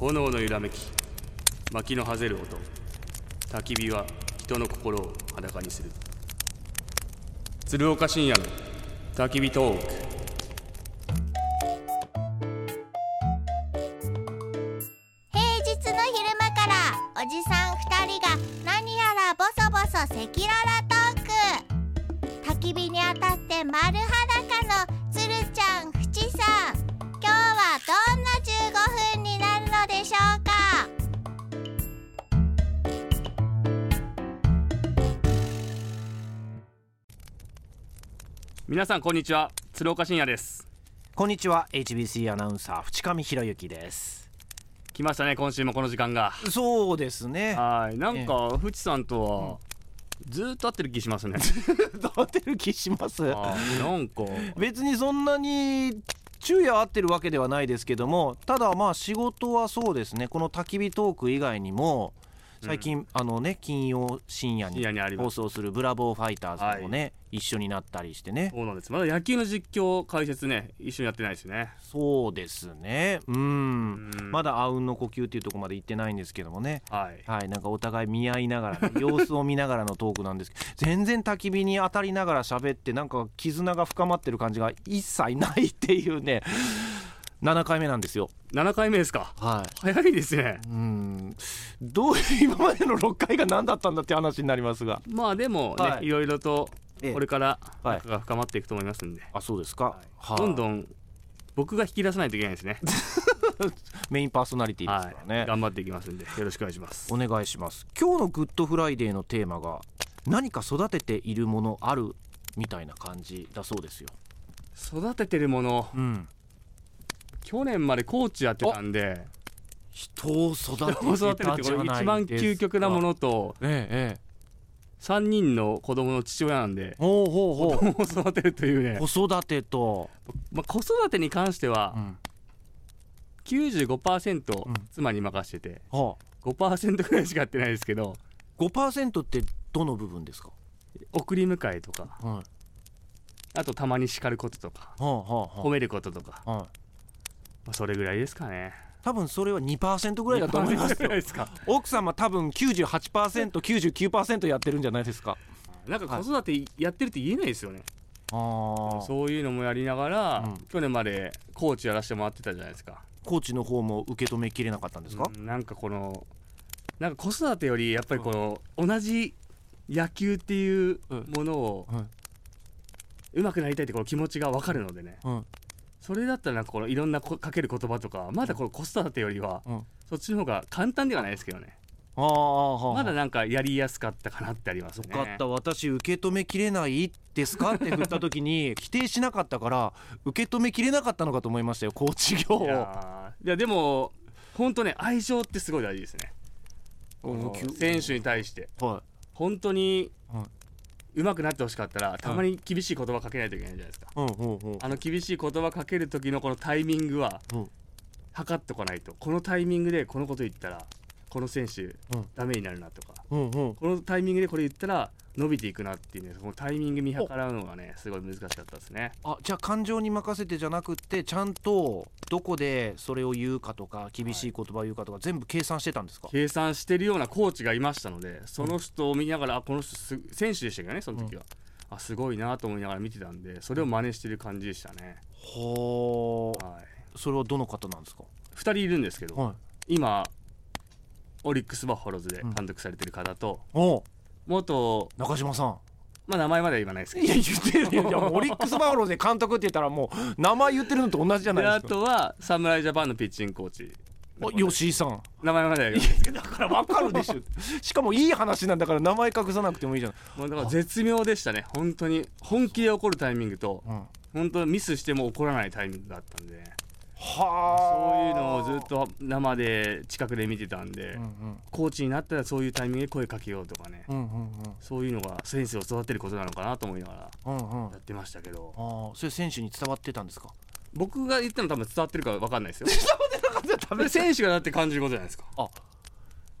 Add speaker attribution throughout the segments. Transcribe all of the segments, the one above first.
Speaker 1: 炎の揺らめき薪のはぜる音焚き火は人の心を裸にする鶴岡深夜の焚き火トーク
Speaker 2: 平日の昼間からおじさん2人が何やらボソボソ赤裸々トーク焚き火に当たって丸裸のつるちゃんふちさん今日はどんな15分になるのでしょうか
Speaker 1: 皆さんこんにちは鶴岡深夜です
Speaker 3: こんにちは HBC アナウンサー淵上博之です
Speaker 1: 来ましたね今週もこの時間が
Speaker 3: そうですね
Speaker 1: はいなんかフチさんとはずーっと会ってる気し ますね
Speaker 3: 合ってる気します
Speaker 1: あーなんか
Speaker 3: 別にそんなに昼夜合ってるわけではないですけどもただまあ仕事はそうですねこの焚き火トーク以外にも最近、あのね金曜深夜
Speaker 1: 深夜にあり
Speaker 3: に
Speaker 1: ます
Speaker 3: 放送する「ブラボーファイターズ」もね、一緒になったりしてね
Speaker 1: そうなんですまだ野球の実況解説ね一緒にやってないですね
Speaker 3: そうですねうん
Speaker 1: うん
Speaker 3: まだあうんの呼吸っていうところまで行ってないんですけどもね
Speaker 1: はい
Speaker 3: はい、なんかお互い見合いなが ら、ね、様子を見ながらのトークなんですけど全然焚き火に当たりながら喋ってなんか絆が深まってる感じが一切ないっていうね7回目なんですよ。
Speaker 1: 7回目ですか
Speaker 3: は
Speaker 1: 早いですね
Speaker 3: い、うんどういう今までの6回が何だったんだって話になりますが
Speaker 1: まあでもね、、
Speaker 3: はいい
Speaker 1: ろいろと
Speaker 3: ええ
Speaker 1: これから
Speaker 3: はい
Speaker 1: 仲が深まっていくと思いますんで、
Speaker 3: あそうですか、はい
Speaker 1: どんどん僕が引き出さないといけないですね
Speaker 3: メインパーソナリティです
Speaker 1: は
Speaker 3: から
Speaker 1: い、
Speaker 3: ね、
Speaker 1: 頑張っていきますんでよろしくお願いします
Speaker 3: お願いします今日の「グッドフライデー」のテーマが「何か育てているものある」みたいな感じだそうですよ。
Speaker 1: 育ててるもの
Speaker 3: うん、
Speaker 1: 去年までコーチやってたんで
Speaker 3: 人を育て
Speaker 1: 子育てるってこれ一番究極なものと
Speaker 3: えええ
Speaker 1: 3人の子供の父親なんで
Speaker 3: えほうほうほ
Speaker 1: 子供を育てるというね、
Speaker 3: う子育てと、
Speaker 1: まあ、子育てに関しては
Speaker 3: うん
Speaker 1: 95%
Speaker 3: うん
Speaker 1: 妻に任せてて
Speaker 3: はあ、
Speaker 1: 5%ぐらいしかやってないですけど
Speaker 3: 5%ってどの部分ですか
Speaker 1: 送り迎えとか
Speaker 3: はいは
Speaker 1: あとたまに叱ることとか
Speaker 3: あは
Speaker 1: 褒めることとか、
Speaker 3: あはい
Speaker 1: まあ、それぐらいですかね
Speaker 3: 多分それは2%ぐらいだと思います
Speaker 1: ぐ
Speaker 3: よ
Speaker 1: らいですか
Speaker 3: 奥様多分 98%99% やってるんじゃないですか
Speaker 1: なんか子育てやってるって言えないですよね、
Speaker 3: ああ
Speaker 1: そういうのもやりながら、
Speaker 3: うん
Speaker 1: 去年までコーチやらせてもらってたじゃないですか
Speaker 3: コーチの方も受け止めきれなかったんですか、
Speaker 1: うんなんかこのなんか子育てよりやっぱりこの、同じ野球っていうものを
Speaker 3: はい
Speaker 1: 上手くなりたいってこの気持ちが分かるのでね
Speaker 3: うん
Speaker 1: それだったらなんかこのいろんなこかける言葉とかまだこの子育てよりは、
Speaker 3: うん
Speaker 1: そっちの方が簡単ではないですけどね
Speaker 3: ああはあ
Speaker 1: まだなんかやりやすかったかなってありますね
Speaker 3: よかった、私受け止めきれないですかって振った時 に否定しなかったから受け止めきれなかったのかと思いましたよコーチ業
Speaker 1: い
Speaker 3: を
Speaker 1: やーいやでも本当ね愛情ってすごい大事ですねこの選手に対して
Speaker 3: は
Speaker 1: 本当に
Speaker 3: はい
Speaker 1: 上手くなってほしかったらたまに厳しい言葉かけないといけないじゃないですか
Speaker 3: いうんうんうん
Speaker 1: あの厳しい言葉かける時のこのタイミングは
Speaker 3: うん
Speaker 1: 測っとかないとこのタイミングでこのこと言ったらこの選手
Speaker 3: ん
Speaker 1: ダメになるなとか
Speaker 3: うんうん
Speaker 1: このタイミングでこれ言ったら伸びていくなっていうねこのタイミング見計らうのがねすごい難しかったですね
Speaker 3: あじゃあ感情に任せてじゃなくってちゃんとどこでそれを言うかとか厳しい言葉を言うかとか全部計算してたんですか、
Speaker 1: 計算してるようなコーチがいましたのでその人を見ながら、あこの人す選手でしたけどねその時は、あすごいなと思いながら見てたんでそれを真似してる感じでしたね、
Speaker 3: ほー
Speaker 1: はい、
Speaker 3: それはどの方なんですか
Speaker 1: 2人いるんですけど、
Speaker 3: はい
Speaker 1: 今オリックス・バファローズで
Speaker 3: うん
Speaker 1: 監督されてる方と、
Speaker 3: おう
Speaker 1: 元、
Speaker 3: 中島さん
Speaker 1: まあ、名前までは言わないですけど
Speaker 3: いや言ってるよいやもうオリックス・バファローズで監督って言ったらもう名前言ってるのと同じじゃな
Speaker 1: で
Speaker 3: い
Speaker 1: あ
Speaker 3: ですか
Speaker 1: とは侍ジャパンのピッチングコーチ
Speaker 3: あ吉井さん
Speaker 1: 名前までは言わない
Speaker 3: いやだから わかるでしょしかもいい話なんだから名前隠さなくてもいいじゃない、
Speaker 1: もうだから絶妙でしたね本当に本気で怒るタイミングと
Speaker 3: うん、
Speaker 1: 本当にミスしても怒らないタイミングがあったんでそういうの
Speaker 3: は
Speaker 1: をずっと生で近くで見てたんで、
Speaker 3: うんうん
Speaker 1: コーチになったらそういうタイミングで声かけようとかね、
Speaker 3: うんうん
Speaker 1: そういうのが先生を育てることなのかなと思いながら
Speaker 3: うんうんうん
Speaker 1: やってましたけど
Speaker 3: ああそれ選手に伝わってたんですか
Speaker 1: 僕が言ったの多分伝わってるか分かんない ですよ伝わってなかった選手がだって感じることじゃないですか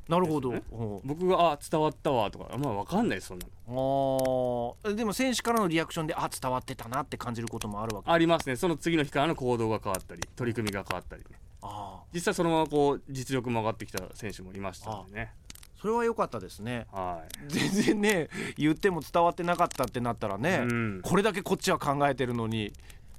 Speaker 3: なるほど、
Speaker 1: です
Speaker 3: おう
Speaker 1: 僕が「あ伝わったわ」とかまあ分かんないですそんなの
Speaker 3: ああでも選手からのリアクションであ伝わってたなって感じることもあるわけ
Speaker 1: ありますねその次の日からの行動が変わったり取り組みが変わったりね
Speaker 3: ああ
Speaker 1: 実際そのままこう実力も上がってきた選手もいましたんでね
Speaker 3: それは良かったですね
Speaker 1: はい
Speaker 3: 全然ね言っても伝わってなかったってなったらね、
Speaker 1: うん
Speaker 3: これだけこっちは考えてるのに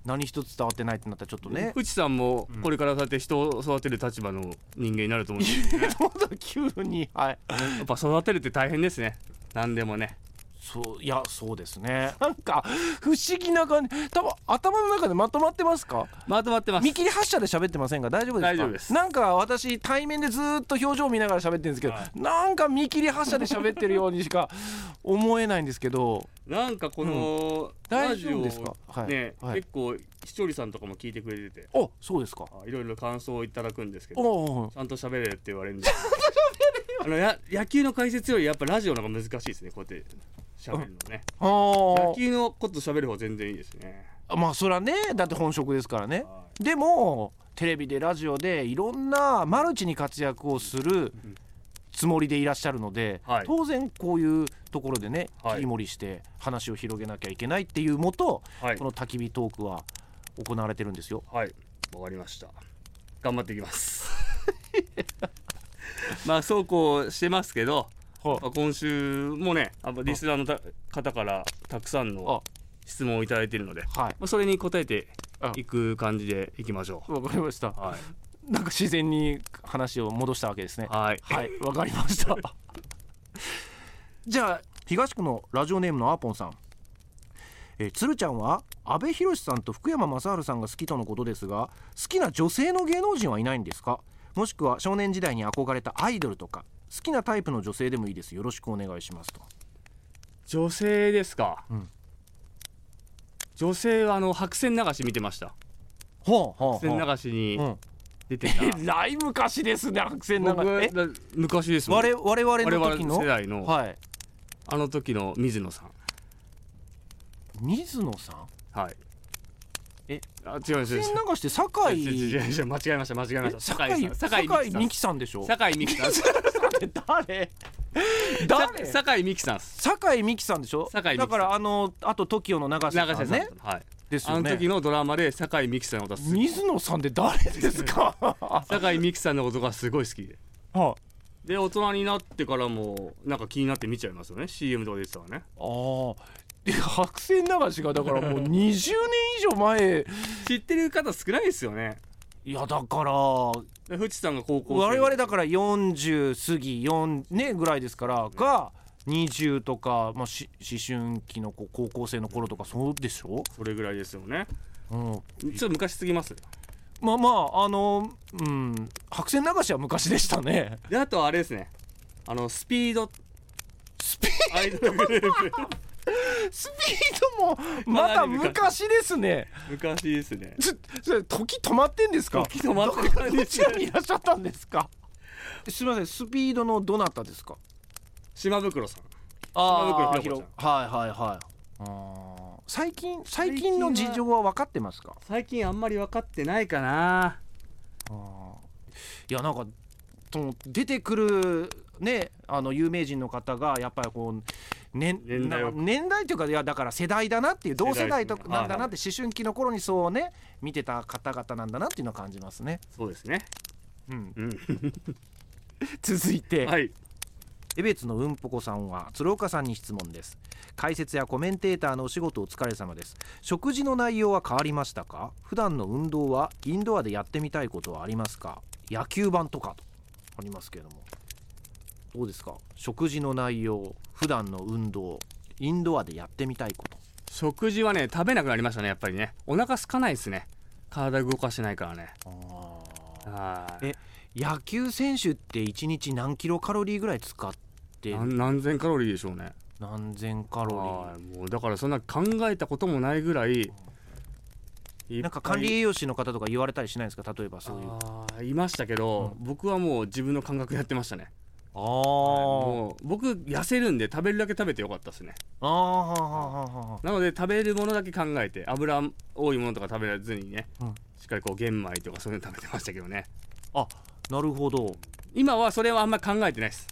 Speaker 3: 何一つ伝わってないってなったらちょっとね、
Speaker 1: 内さんもこれからそうやって人を育てる立場の人間になると思うんですけどね
Speaker 3: 本当急にはい
Speaker 1: やっぱ育てるって大変ですね何でもね
Speaker 3: そういやそうですねなんか不思議な感じ多分頭の中でまとまってますか
Speaker 1: まとまってます
Speaker 3: 見切り発車で喋ってませんか大丈夫ですか
Speaker 1: 大丈夫です
Speaker 3: なんか私対面でずーっと表情を見ながら喋ってるんですけど、
Speaker 1: は
Speaker 3: なんか見切り発車で喋ってるようにしか思えないんですけど
Speaker 1: なんかこのラ
Speaker 3: 大
Speaker 1: ジ
Speaker 3: 丈
Speaker 1: オ
Speaker 3: 夫ですかはい
Speaker 1: ね
Speaker 3: はい
Speaker 1: 結構視聴者さんとかも聞いてくれてて
Speaker 3: あそうですか
Speaker 1: あいろいろ感想をいただくんですけ
Speaker 3: お
Speaker 1: ど
Speaker 3: お
Speaker 1: ちゃんと 喋れって言われるんですけどあのや野球の解説よりやっぱラジオの方が難しいですねこうやって喋るのね
Speaker 3: あー
Speaker 1: 野球のこと喋る方全然いいですね
Speaker 3: まあそれはねだって本職ですからね
Speaker 1: は
Speaker 3: でもテレビでラジオでいろんなマルチに活躍をする
Speaker 1: ん
Speaker 3: つもりでいらっしゃるので、
Speaker 1: はい
Speaker 3: 当然こういうところでね、
Speaker 1: はい
Speaker 3: 切り盛りして話を広げなきゃいけないっていうもと、
Speaker 1: はい
Speaker 3: この焚き火トークは行われてるんですよ。
Speaker 1: はいわかりました頑張っていきます まあそうこうしてますけどまあ今週もねあのリスナーのた方からたくさんの質問をいただいているので
Speaker 3: あはい
Speaker 1: まあそれに答えて
Speaker 3: あ
Speaker 1: いく感じでいきましょ
Speaker 3: わかりました
Speaker 1: う。はい、
Speaker 3: なんか自然に話を戻したわけですね。
Speaker 1: はい
Speaker 3: はい、わかりました。じゃあ東区のラジオネームのアーポンさん。えー、鶴ちゃんは阿部寛さんと福山雅治さんが好きとのことですが好きな女性の芸能人はいないんですかもしくは少年時代に憧れたアイドルとか好きなタイプの女性でもいいですよろしくお願いしますと
Speaker 1: 女性ですか、
Speaker 3: うん
Speaker 1: 女性はあの白線流し見てました
Speaker 3: ほうほ
Speaker 1: 白線流し
Speaker 3: う
Speaker 1: に
Speaker 3: ん、
Speaker 1: 出てた、
Speaker 3: だいぶ昔ですね白線
Speaker 1: 僕
Speaker 3: 流しえ
Speaker 1: だ昔ですもん
Speaker 3: 我我々の時の
Speaker 1: 我々世代の、
Speaker 3: はい
Speaker 1: あの時の水野さん
Speaker 3: 水野さん
Speaker 1: はい
Speaker 3: え
Speaker 1: あ違う違う違う
Speaker 3: 白線流して
Speaker 1: 違
Speaker 3: 酒
Speaker 1: う違う
Speaker 3: 井
Speaker 1: 違う間違えました間違えました
Speaker 3: 酒井
Speaker 1: 酒井
Speaker 3: 酒井美
Speaker 1: 美
Speaker 3: 紀
Speaker 1: 紀
Speaker 3: さんでし
Speaker 1: さ
Speaker 3: ょ
Speaker 1: ん酒井美紀さん
Speaker 3: 誰
Speaker 1: さ酒井美紀さんっす
Speaker 3: 酒井美紀さんでしょ
Speaker 1: 酒井美紀
Speaker 3: だ
Speaker 1: さん
Speaker 3: からあのあと TOKIO の長
Speaker 1: 流
Speaker 3: 瀬
Speaker 1: し
Speaker 3: さ
Speaker 1: さん
Speaker 3: んね
Speaker 1: はい
Speaker 3: です
Speaker 1: あ
Speaker 3: よ
Speaker 1: の時
Speaker 3: ね
Speaker 1: のドラマで酒井美紀さんを出す
Speaker 3: 水野さんって誰ですか は
Speaker 1: 酒井美紀さんのことがすごい好きで
Speaker 3: ああ
Speaker 1: で大人になってからもなんか気になって見ちゃいますよね CM とか出てたらね
Speaker 3: ーで白線流しがだからもう20年以上前
Speaker 1: 知ってる方少ないですよね
Speaker 3: いやだから我
Speaker 1: でフチさんが高校生
Speaker 3: 々だから40過ぎ4ねぐらいですからが20とか、まあ、し思春期のこう高校生の頃とかそうでしょ、
Speaker 1: それぐらいですよね
Speaker 3: うん、
Speaker 1: ちょっと昔すぎます
Speaker 3: まあまああのうん白線流しは昔でしたね
Speaker 1: であとはあれですねあのスピード
Speaker 3: スピ
Speaker 1: アイドルグル ープ
Speaker 3: スピードもまた昔ですね
Speaker 1: 昔ですね
Speaker 3: つそれ時止まってんですか
Speaker 1: 時止まってる感じ
Speaker 3: どちらにいらっしゃったんですかすみませんスピードのどなたですか
Speaker 1: 島袋さん
Speaker 3: あ
Speaker 1: あ
Speaker 3: あ
Speaker 1: ー
Speaker 3: 広はいはいはいあー最近最近の事情は分かってますか
Speaker 1: 最近あんまり分かってないかな
Speaker 3: あーいやなんかその出てくるねあの有名人の方がやっぱりこう、ね、
Speaker 1: 年代を
Speaker 3: な年代というかいやだから世代だなっていう同世代と
Speaker 1: 世代ですね
Speaker 3: なんだなって思春期の頃にそうね見てた方々なんだなっていうのを感じますね。
Speaker 1: そうですね
Speaker 3: うん、
Speaker 1: うん
Speaker 3: 続いて、
Speaker 1: はい
Speaker 3: エベツのうんぽこさんは鶴岡さんに質問です解説やコメンテーターのお仕事お疲れ様です食事の内容は変わりましたか普段の運動はインドアでやってみたいことはありますか野球盤とかとありますけれどもどうですか食事の内容普段の運動インドアでやってみたいこと
Speaker 1: 食事はね食べなくなりましたねやっぱりねお腹空かないですね体動かしてないからねはい
Speaker 3: え野球選手って1日何キロカロリーぐらい使って
Speaker 1: なん何千カロリーでしょうね
Speaker 3: 何千カロリー
Speaker 1: はいもうだからそんな考えたこともないぐらいいっぱい
Speaker 3: なんか管理栄養士の方とか言われたりしないですか例えばそういう
Speaker 1: あーいましたけど、僕はもう自分の感覚でやってましたね
Speaker 3: あ
Speaker 1: もう僕痩せるんで食べるだけ食べてよかったですね
Speaker 3: ああはあはあはあは
Speaker 1: なので食べるものだけ考えて油多いものとか食べずにね、
Speaker 3: うん
Speaker 1: しっかりこう玄米とかそういうの食べてましたけどね
Speaker 3: ああなるほど、
Speaker 1: 今はそれはあんまり考えてないです、
Speaker 3: うん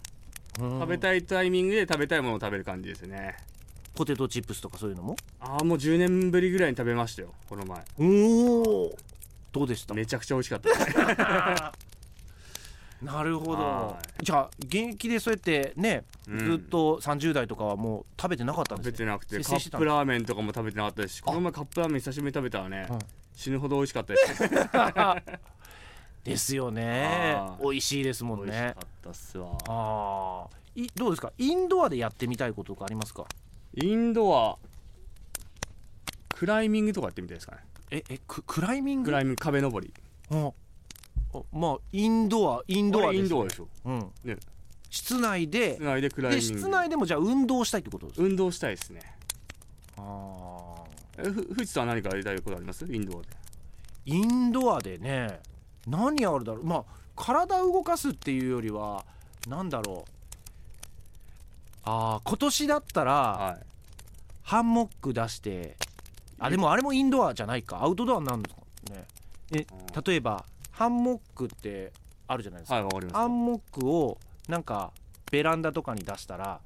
Speaker 1: 食べたいタイミングで食べたいものを食べる感じですね
Speaker 3: ポテトチップスとかそういうのも
Speaker 1: ああもう10年ぶりぐらいに食べましたよこの前
Speaker 3: おおどうでした
Speaker 1: めちゃくちゃ美味しかったです
Speaker 3: なるほど
Speaker 1: は
Speaker 3: じゃあ現役でそうやってね、
Speaker 1: うん
Speaker 3: ずっと30代とかはもう食べてなかったん
Speaker 1: 食
Speaker 3: です
Speaker 1: べて
Speaker 3: ね
Speaker 1: なくて
Speaker 3: 節
Speaker 1: カ
Speaker 3: 制して
Speaker 1: ッ
Speaker 3: た
Speaker 1: プ
Speaker 3: んだ
Speaker 1: ラーメンとかも食べてなかったですしこの前カップラーメン久しぶりに食べたらね、
Speaker 3: うん
Speaker 1: 死ぬほど美味しかったですね
Speaker 3: ですよね
Speaker 1: あー
Speaker 3: 美味しいですもん
Speaker 1: 美味しか
Speaker 3: ね
Speaker 1: ったっすわ
Speaker 3: ああいどうですかインドアでやってみたいこととかありますか
Speaker 1: インドはクライミングとかやってみたいですかね
Speaker 3: ええククライミング
Speaker 1: クライミング壁登り
Speaker 3: ああまあインドアインド
Speaker 1: あ
Speaker 3: ア
Speaker 1: れイン
Speaker 3: です、
Speaker 1: ドアでしょ
Speaker 3: うん、
Speaker 1: ね
Speaker 3: 室内で
Speaker 1: 室内でクライミン
Speaker 3: で
Speaker 1: グ
Speaker 3: 室内でもじゃあ運動したいってことですか
Speaker 1: 運動したいですね
Speaker 3: あー
Speaker 1: えふ藤田は何かやりたいことありますインドアで
Speaker 3: インドアでね何やるだろうまあ体を動かすっていうよりは何だろうあー今年だったら
Speaker 1: はい
Speaker 3: ハンモック出してあでもあれもインドアじゃないかアウトドアになるんですかねえ
Speaker 1: うん
Speaker 3: 例えばハンモックってあるじゃないですか、
Speaker 1: はいわかりま
Speaker 3: ハ
Speaker 1: し
Speaker 3: ンモックをなんかベランダとかに出したら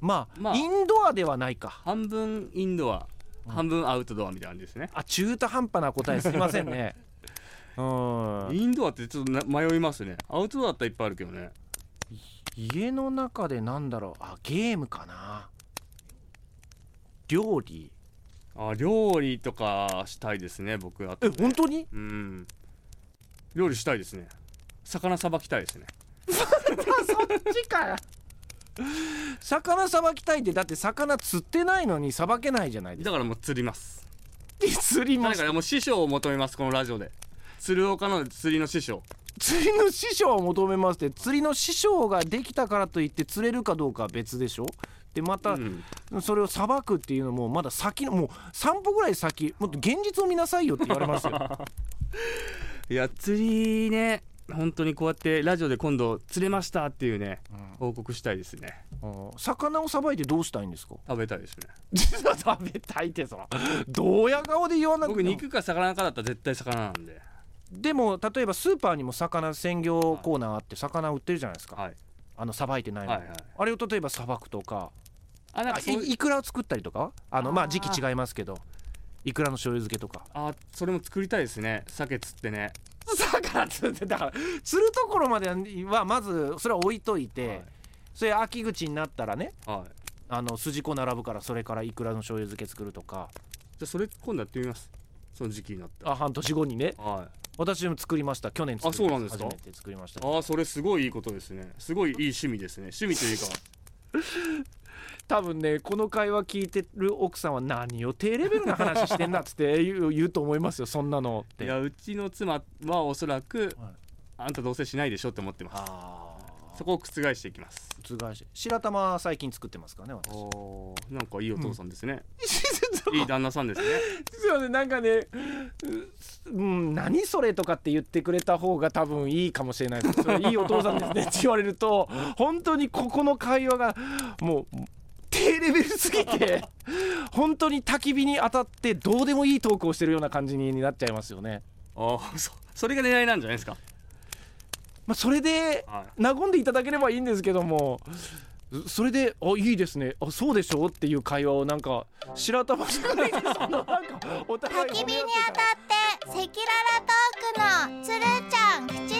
Speaker 3: まあ、
Speaker 1: まあ
Speaker 3: インドアではないか
Speaker 1: た半分インドア
Speaker 3: うん
Speaker 1: 半分アウトドアみたいな感じですね
Speaker 3: あ中途半端な答えすいませ んねうーん
Speaker 1: インドアってちょっとな迷いますねアウトドアだったらいっぱいあるけどね
Speaker 3: 家の中でなんだろうあゲームかな料理
Speaker 1: あ料理とかしたいですね僕あと
Speaker 3: え
Speaker 1: ね
Speaker 3: 本当に
Speaker 1: うん料理したいですね魚さばきたいですね
Speaker 3: そっちかよ魚さばきたいってだって魚釣ってないのにさばけないじゃないです
Speaker 1: だからもう釣ります
Speaker 3: か釣りま
Speaker 1: だ
Speaker 3: し
Speaker 1: からもう師匠を求めますこのラジオで鶴岡の釣りの師匠
Speaker 3: 釣りの師匠を求めまして釣りの師匠ができたからといって釣れるかどうかは別でしょでまた、
Speaker 1: うん
Speaker 3: それをさばくっていうのもまだ先のもう散歩ぐらい先もっと現実を見なさいよって言われますよ
Speaker 1: いや釣りね本当にこうやってラジオで今度釣れましたっていうね、報告したいですね
Speaker 3: うん魚をさばいてどうしたいんですか
Speaker 1: 食べたいですね
Speaker 3: 食べたいってそらどうや顔で言わなく
Speaker 1: 僕
Speaker 3: ても
Speaker 1: 肉か魚かだったら絶対魚なんで
Speaker 3: でも例えばスーパーにも魚鮮魚コーナーあって魚売ってるじゃないですか、
Speaker 1: はい
Speaker 3: あのさばいてないの、
Speaker 1: はいはい
Speaker 3: あれを例えばさばくとか
Speaker 1: あなん
Speaker 3: あ
Speaker 1: かそう
Speaker 3: いいくらを作ったりとかあのまあ
Speaker 1: あー
Speaker 3: 時期違いますけどいくらの醤油漬けとか
Speaker 1: あそれも作りたいですね鮭釣ってね
Speaker 3: 魚釣ってだから釣るところまではまずそれは置いといて、
Speaker 1: はい
Speaker 3: それ秋口になったらね
Speaker 1: はい
Speaker 3: あの筋子並ぶからそれからいくらの醤油漬け作るとか
Speaker 1: じゃあそれ今度やってみますその時期になった
Speaker 3: あ半年後にね
Speaker 1: らはい
Speaker 3: 私も作りました去年作り
Speaker 1: あそう
Speaker 3: ました
Speaker 1: なんですか
Speaker 3: 初めて作りました
Speaker 1: ああそれすごいいいことですねすごいいい趣味ですね趣味というか
Speaker 3: 多分ねこの会話聞いてる奥さんは何を低レベルな話してんだっつって言う言うと思いますよそんなのっ
Speaker 1: い
Speaker 3: て
Speaker 1: やうちの妻はおそらく、
Speaker 3: はい
Speaker 1: あんたどうせしないでしょって思ってます
Speaker 3: あ
Speaker 1: そこを覆していきます
Speaker 3: ー覆し白玉最近作ってますからね私
Speaker 1: おーなんかいいお父さんですね、
Speaker 3: す
Speaker 1: いい旦那さんですね
Speaker 3: いませんなんかねううん何それとかって言ってくれた方が多分いいかもしれない ですそれいいお父さんですねって言われると本当にここの会話がもう低レベルすぎて本当に焚き火に当たってどうでもいいトークをしてるような感じになっちゃいますよね
Speaker 1: ああそそれが狙いなんじゃないですか
Speaker 3: まあ、それで
Speaker 1: は
Speaker 3: 和んでいただければいいんですけどもそれで「あいいですねあそうでしょ?」っていう会話をなんか白玉じゃないですかなんかお互い
Speaker 2: 焚
Speaker 3: 褒
Speaker 2: き火
Speaker 3: め
Speaker 2: に
Speaker 3: 合って
Speaker 2: 当たって赤裸々トークのつるちゃんふちゅ